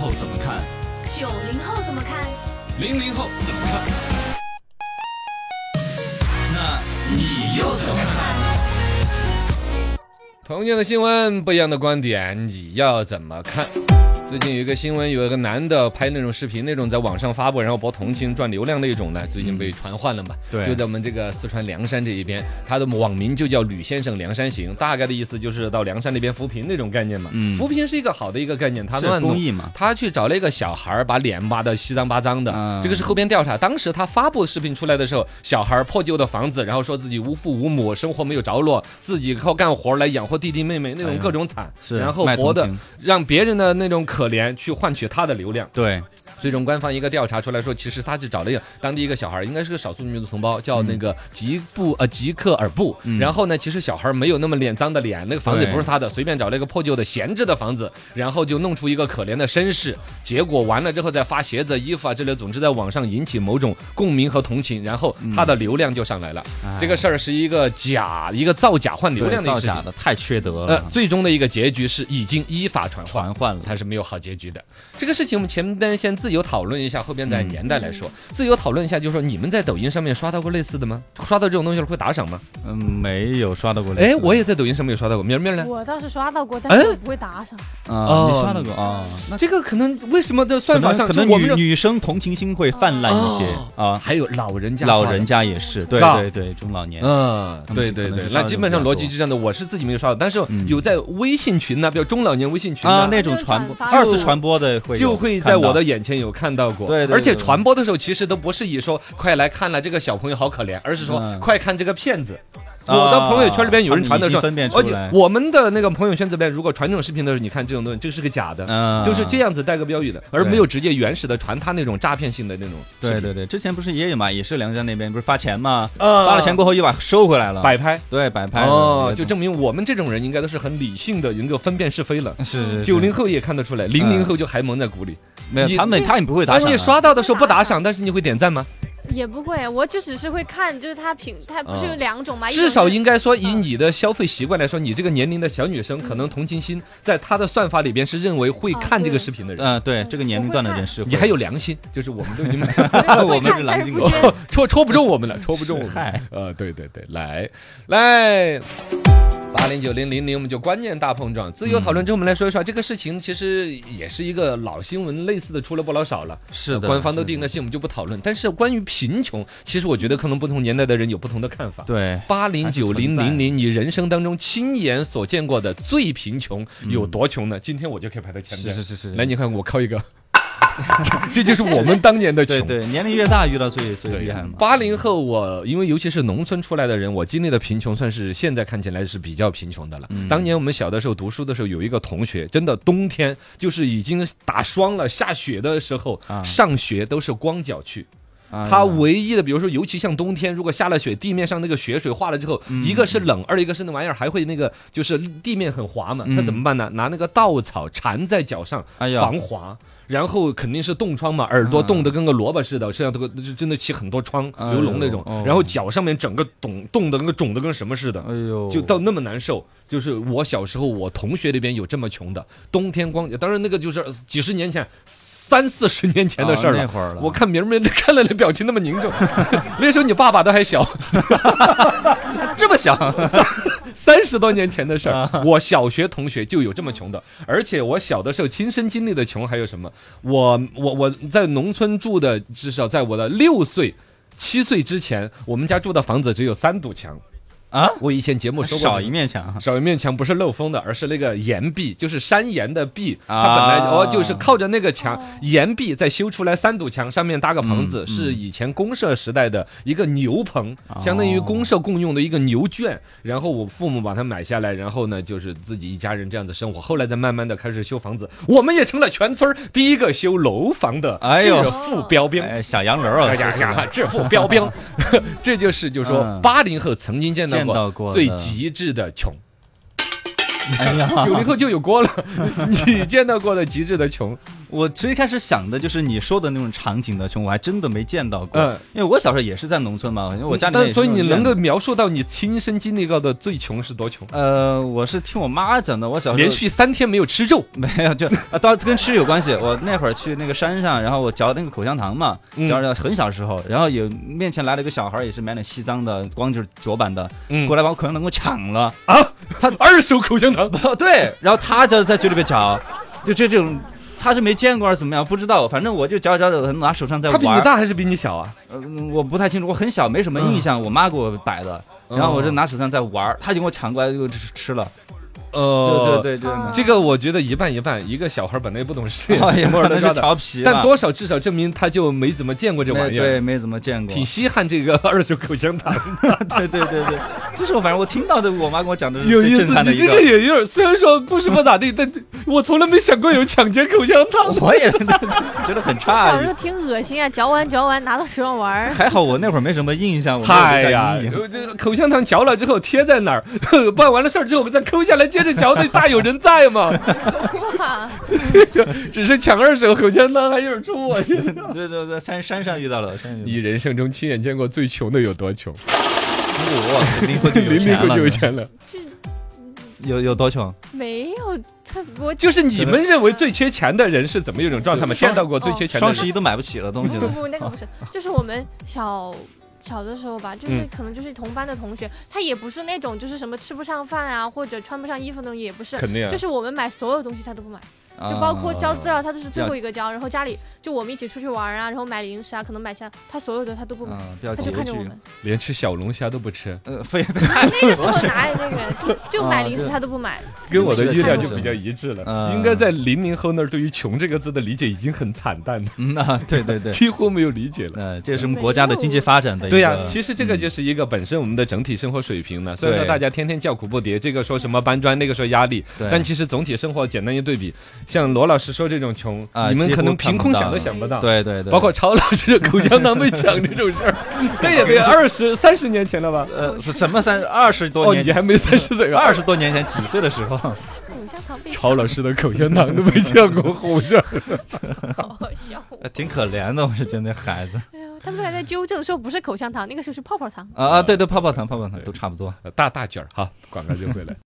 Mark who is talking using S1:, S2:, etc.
S1: 后怎么看？
S2: 九零后怎么看？
S1: 零零后怎么看？那你又怎么看？
S3: 同样的新闻，不一样的观点，你要怎么看？最近有一个新闻，有一个男的拍那种视频，那种在网上发布，然后博同情赚流量那种呢，最近被传唤了嘛。
S4: 嗯对
S3: 就在我们这个四川凉山这一边，他的网名就叫“吕先生凉山行”，大概的意思就是到凉山那边扶贫那种概念嘛。
S4: 嗯
S3: 扶贫是一个好的一个概念，他
S4: 是
S3: 乱弄
S4: 公。益嘛？
S3: 他去找了一个小孩儿，把脸挖的稀脏巴脏的。
S4: 嗯
S3: 这个是后边调查，当时他发布视频出来的时候，小孩儿破旧的房子，然后说自己无父无母，生活没有着落，自己靠干活来养活弟弟妹妹，那
S4: 哎
S3: 种
S4: 呦
S3: 各种惨。
S4: 是，
S3: 然后
S4: 卖同
S3: 博的
S4: 情
S3: 让别人的那种可怜去换取他的流量。
S4: 对，
S3: 最终官方一个调查出来说，其实他是找了一个当地一个小孩儿，应该是个少数民族同胞，叫那个吉布呃吉克尔布。
S4: 嗯
S3: 然后呢，其实小孩儿没有那么脸脏的脸，那个房子也
S4: 对
S3: 不是他的，随便找了一个破旧的闲置的房子，然后就弄出一个可怜的身世。结果完了之后再发鞋子、衣服啊之类，总之在网上引起某种共鸣和同情，然后他的流量就上来了。
S4: 哎
S3: 这个事儿是一个假，一个造假换流
S4: 对
S3: 量的一
S4: 造
S3: 个事
S4: 假
S3: 情。
S4: 的太缺德
S3: 呃，
S4: 了，
S3: 最终的一个结局是已经依法传唤。
S4: 传唤了。
S3: 它是没有好结局的。这个事情我们前边先自由讨论一下，后边
S4: 嗯
S3: 再按年代来说，自由讨论一下，就是说你们在抖音上面刷到过类似的吗？刷到这种东西会打赏吗？
S4: 嗯，没有刷到过类似
S3: 哎，
S4: 的。
S3: 我也在抖音上面有刷到过，明儿明儿呢？
S5: 我倒是刷到过，但是
S3: 哎
S5: 我不会打赏。
S4: 啊，
S3: 哦
S4: 你刷到过啊？那
S3: 这个可能为什么的
S4: 可
S3: 算法
S4: 能
S3: 上，
S4: 可
S3: 就
S4: 能
S3: 我们
S4: 女
S3: 这哦
S4: 女生同情心会泛滥一些啊，
S3: 还有老人家，
S4: 老人。家也是，对
S3: 杠
S4: 对对，中老年。
S3: 嗯，
S4: 他们
S3: 对
S4: 可
S3: 对
S4: 能
S3: 对
S4: 就，刷
S3: 那
S4: 得
S3: 基
S4: 比
S3: 本上
S4: 较
S3: 逻
S4: 多
S3: 辑是这样的。我是自己没有刷到，但是
S4: 嗯
S3: 有在微信群呐，比如中老年微信群
S4: 啊
S3: 呐，
S4: 那种
S5: 就
S4: 传
S5: 转
S4: 播
S5: 发
S4: 二次传播的会有
S3: 就会在我
S4: 看到
S3: 的眼前有看到过。
S4: 对对对
S3: 而且传播的时候其实都不是以说快来看了这个小朋友好可怜，而是说
S4: 嗯
S3: 快看这个骗子。
S4: 啊哦
S3: 我的朋友圈里边有人传的
S4: 他
S3: 说，哎
S4: 们已经分辨出
S3: 而且
S4: 来
S3: 我们的那个朋友圈这边如果传这种视频的时候，你看这种东西，这是个假的，
S4: 嗯，
S3: 就是这
S4: 样。
S3: 样子带个标语的，而没有直接原始的传他那种诈骗性的那种视
S4: 对
S3: 频。
S4: 对对，之前不是也有嘛，也是梁家那边不是发钱嘛，
S3: 呃，
S4: 发了钱过后又把收回来了，
S3: 摆拍。
S4: 对摆拍的
S3: 哦，就
S4: 这
S3: 证明我们这种人应该都是很理性的，能够分辨嗯是非了。
S4: 是是
S3: 九
S4: 是
S3: 零后也看得出来，零零后就还蒙在鼓里。
S4: 没有
S3: 你
S4: 他们他们不嗯会打
S3: 而
S4: 赏啊，
S3: 你刷到的时候不打赏，但是你会点赞吗？
S5: 也不会，我就只是会看，就是它品，它不是
S4: 嗯
S5: 有两种嘛，一种
S3: 至少
S5: 是
S3: 应该说，以你的消费习惯来说，你这个年龄的小女生，可能同情心在她的算法里边是认为会看这个视频的人，
S4: 嗯，对这个年龄段的人是会，
S3: 你还有良心，就是我们都已经
S4: 我
S5: 会
S4: 们是
S5: 看，
S4: 狼
S5: 但是
S4: 性
S5: 不
S4: 狗
S5: 觉得。
S3: 戳戳不中我们了，戳不中我
S4: 是嗨
S3: 们。呃，对对对，来来。八零九零零零，我们就观念大碰撞，自由讨论之后，我们来说一说这个事情，其实也是一个老新闻，类似的出了不老少了。
S4: 是的，
S3: 官方都
S4: 是的
S3: 定了性，我们就不讨论。但是关于贫穷，其实我觉得可能不同年代的人有不同的看法。
S4: 嗯对
S3: 八零
S4: 还是
S3: 九零
S4: 存在
S3: 零零，你人生当中亲眼所见过的最贫穷有多穷呢？今天我就可以排在前
S4: 嗯是
S3: 面。
S4: 是是是，
S3: 来，你看我靠 一个，这就是我们当年的穷
S4: 对。对，年龄越大遇到最最厉害嘛，
S3: 八零后我因为尤其是农村出来的人，我经历的贫穷算是现在看起来是比较贫穷的了。
S4: 嗯
S3: 当年我们小的时候读书的时候，有一个同学，真的冬天就是已经打霜了、下雪的时候，
S4: 啊
S3: 上学都是光脚去。
S4: 啊
S3: 它唯一的，比如说，尤其像冬天，如果下了雪，地面上那个雪水化了之后，
S4: 嗯
S3: 一个是冷，二一个是那玩意儿还会那个，就是地面很滑嘛，
S4: 嗯
S3: 那怎么办呢？拿那个稻草缠在脚上
S4: 哎呀
S3: 防滑。然后肯定是冻疮嘛，耳朵
S4: 嗯
S3: 冻得跟个萝卜似的，身上都个就真的起很多疮、
S4: 哎呦
S3: 流脓那种
S4: 哦。
S3: 然后脚上面整个冻冻得跟个肿得跟什么似的，
S4: 哎呦
S3: 就到那么难受。就是我小时候，我同学里边有这么穷的，冬天光，当然那个就是几十年前，三四十年前的事儿
S4: 啊
S3: 了
S4: 那。会儿了，
S3: 我看明儿明儿看了那表情那么 凝重，那时候你爸爸都还小，
S4: 这么啊想，
S3: 三十多年前的事儿。我小学同学就有这么穷的，而且我小的时候亲身经历的穷还有什么？我我我在农村住的，至少在我的六岁。七岁之前，我们家住的房子只有三堵墙
S4: 啊，
S3: 我以前节目说过
S4: 少
S3: 这
S4: 一
S3: 个
S4: 面 墙，啊
S3: 少一面墙不是漏风的，而是那个岩壁，就是山岩的壁，
S4: 啊
S3: 它本来哦就是靠着那个墙
S5: 哦
S3: 岩壁再修出来三堵墙，上面搭个棚子，
S4: 嗯嗯
S3: 是以前公社时代的一个牛棚，
S4: 哦
S3: 相当于公社共用的一个牛圈。然后我父母把它买下来，然后呢就是自己一家人这样子生活。后来再慢慢的开始修房子，我们也成了全村儿第一个修楼房的
S4: 哎
S3: 致
S4: 呦
S3: 富标兵。
S4: 哎，小洋楼啊，
S3: 大家
S4: 是是
S3: 想致富标兵， 这就是就是说
S4: 嗯
S3: 八零后曾经见
S4: 见
S3: 到
S4: 到
S3: 过
S4: 过
S3: 最
S4: 的
S3: 极致的穷。
S4: 哎呀，
S3: 九零后就有锅了，你见到过的极致的穷？
S4: 我最开始想的就是你说的那种场景的熊，我还真的没见到过。
S3: 嗯
S4: 因为我小时候也是在农村嘛，因为我家里面
S3: 但
S4: 也是
S3: 所以
S4: 那
S3: 你
S4: 种
S3: 能
S4: 院
S3: 够
S4: 子
S3: 描述到你亲身经历到的最穷是多穷？
S4: 呃，我是听我妈讲的，我小时候
S3: 连续三天没有吃肉，
S4: 没有 就啊，当然跟吃有关系。我那会儿去那个山上，然后我嚼那个口香糖嘛，
S3: 嗯
S4: 嚼着很小时候，然后有面前来了一个小孩儿，也是买点西藏的光着脚板的，
S3: 嗯
S4: 过来把我口香糖给我抢了。哦
S3: 啊，他 二手口香糖，
S4: 对，然后他就在嘴里边嚼，就这种。他是没见过还是怎么样，不知道。反正我就嚼着嚼着，拿手上在
S3: 他
S4: 玩。
S3: 比你大还是比你小啊？
S4: 呃，我不太清楚，我很小，没什么印
S3: 嗯
S4: 象，我妈给我摆的，然后我就
S3: 哦
S4: 拿手上在玩儿，她就给我抢过来就吃吃了，
S3: 呃
S4: 对对对对
S5: 啊
S4: 的，
S3: 这个我觉得一半一半，一个小孩本来不懂 事，
S4: 啊
S3: 也
S4: 也
S3: 是什么
S4: 可
S3: 人都
S4: 能是
S3: 知道的，
S4: 调皮吧，
S3: 但多少至少证明他就没怎么见过这
S4: 没
S3: 玩意儿，
S4: 对，没怎么见过，
S3: 挺稀罕这个二手口香糖。
S4: 对对对 对，就是我反正我听到的，我妈跟我讲的是
S3: 有意
S4: 最
S3: 思
S4: 震，撼的
S3: 你
S4: 一
S3: 这
S4: 个
S3: 个，也有点，虽然说故事不咋地，但我从来没想过有抢劫口香糖。
S4: 我也 觉得很
S5: 小
S4: 诧
S5: 时候
S4: 异，
S5: 挺恶心啊，嚼完嚼完拿到手上玩 儿，
S4: 还好我那会儿没什么印象，我没有
S3: 嗨
S4: 留
S3: 呀
S4: 下阴，影
S3: 呃这口香糖嚼了之后贴在哪儿， 办完了事儿之后再抠下来接着嚼，那大有人在嘛。
S5: 哇，
S3: 只是抢二手口香糖还有点出我去。
S4: 对对对，山山上遇到了，山上
S3: 哎 你
S4: 遇
S3: 人生中亲眼见过最穷的有多穷？
S4: 到了我零零后就有
S3: 零零
S4: 钱
S3: 后
S4: 了
S3: 就有，钱了，
S4: 有有多穷？
S5: 没有特我
S3: 就是你们认为最缺钱的人是怎么一种状态吗？见到过最缺钱的
S4: 双十
S3: 人？
S4: 一都买不起了东西啊
S5: 不
S4: 都
S5: 不，不，那个不是，就是我们小小的时候吧，就是
S3: 嗯
S5: 可能就是同班的同学，他也不是那种就是什么吃不上饭啊，或者穿不上衣服那种，也不是。
S3: 肯定啊
S5: 就，是我们买所有东西他都不买， 就包
S4: 啊
S5: 括交资料他都是最后一个交，然后家里就我们一起出去玩啊，然后买零食啊，可能买下他所有的他都不
S4: 嗯，
S5: 买，
S4: 啊比较
S5: 他
S4: 拮
S5: 就看着我
S4: 据
S5: 们。。啊
S3: 连吃小龙虾都不吃，
S4: 呃，非
S5: 那个时候哪有那个，就就买零食
S4: 啊对
S5: 他都不买，
S3: 跟我的预料就
S4: 这
S3: 比较一致了。
S4: 嗯
S3: 应该在零零后那儿，对于“穷”这个字的理解已经很惨淡了，
S4: 嗯啊，对对 对，
S3: 几乎没有理解了。
S4: 呃，这是我们国家
S5: 哎
S4: 的经济发展的一个
S3: 对呀、其实这个
S4: 嗯
S3: 就是一个本身我们的整体生活水平呢。虽然说
S4: 对
S3: 大家天天叫苦不迭，这个说什么搬砖，那个说压力，
S4: 对
S3: 但其实总体生活简单一对比，像罗老师说这种穷，
S4: 啊
S3: 你们
S4: 几乎
S3: 可能凭空
S4: 看不到
S3: 想都想不到。。
S4: 对对对，
S3: 啊包括曹老师的口香糖被抢这种 事儿，那也得二十三十年前了吧？
S4: 呃不什么三二十多
S3: 哦，你
S4: 年，
S3: 还没三十岁吧？
S4: 二十多年前几岁的时候，
S5: 口香糖被
S3: 曹老师的口香糖都被抢过红 着，
S5: 好好笑。
S4: 呃挺可怜的，我是觉得那孩子
S5: 哎呦，他们还在纠正说不是口香糖，那个时候是泡泡糖。
S4: 啊啊，对对，泡泡糖泡泡糖都差不多。
S3: 大大卷儿哈，广告就回来。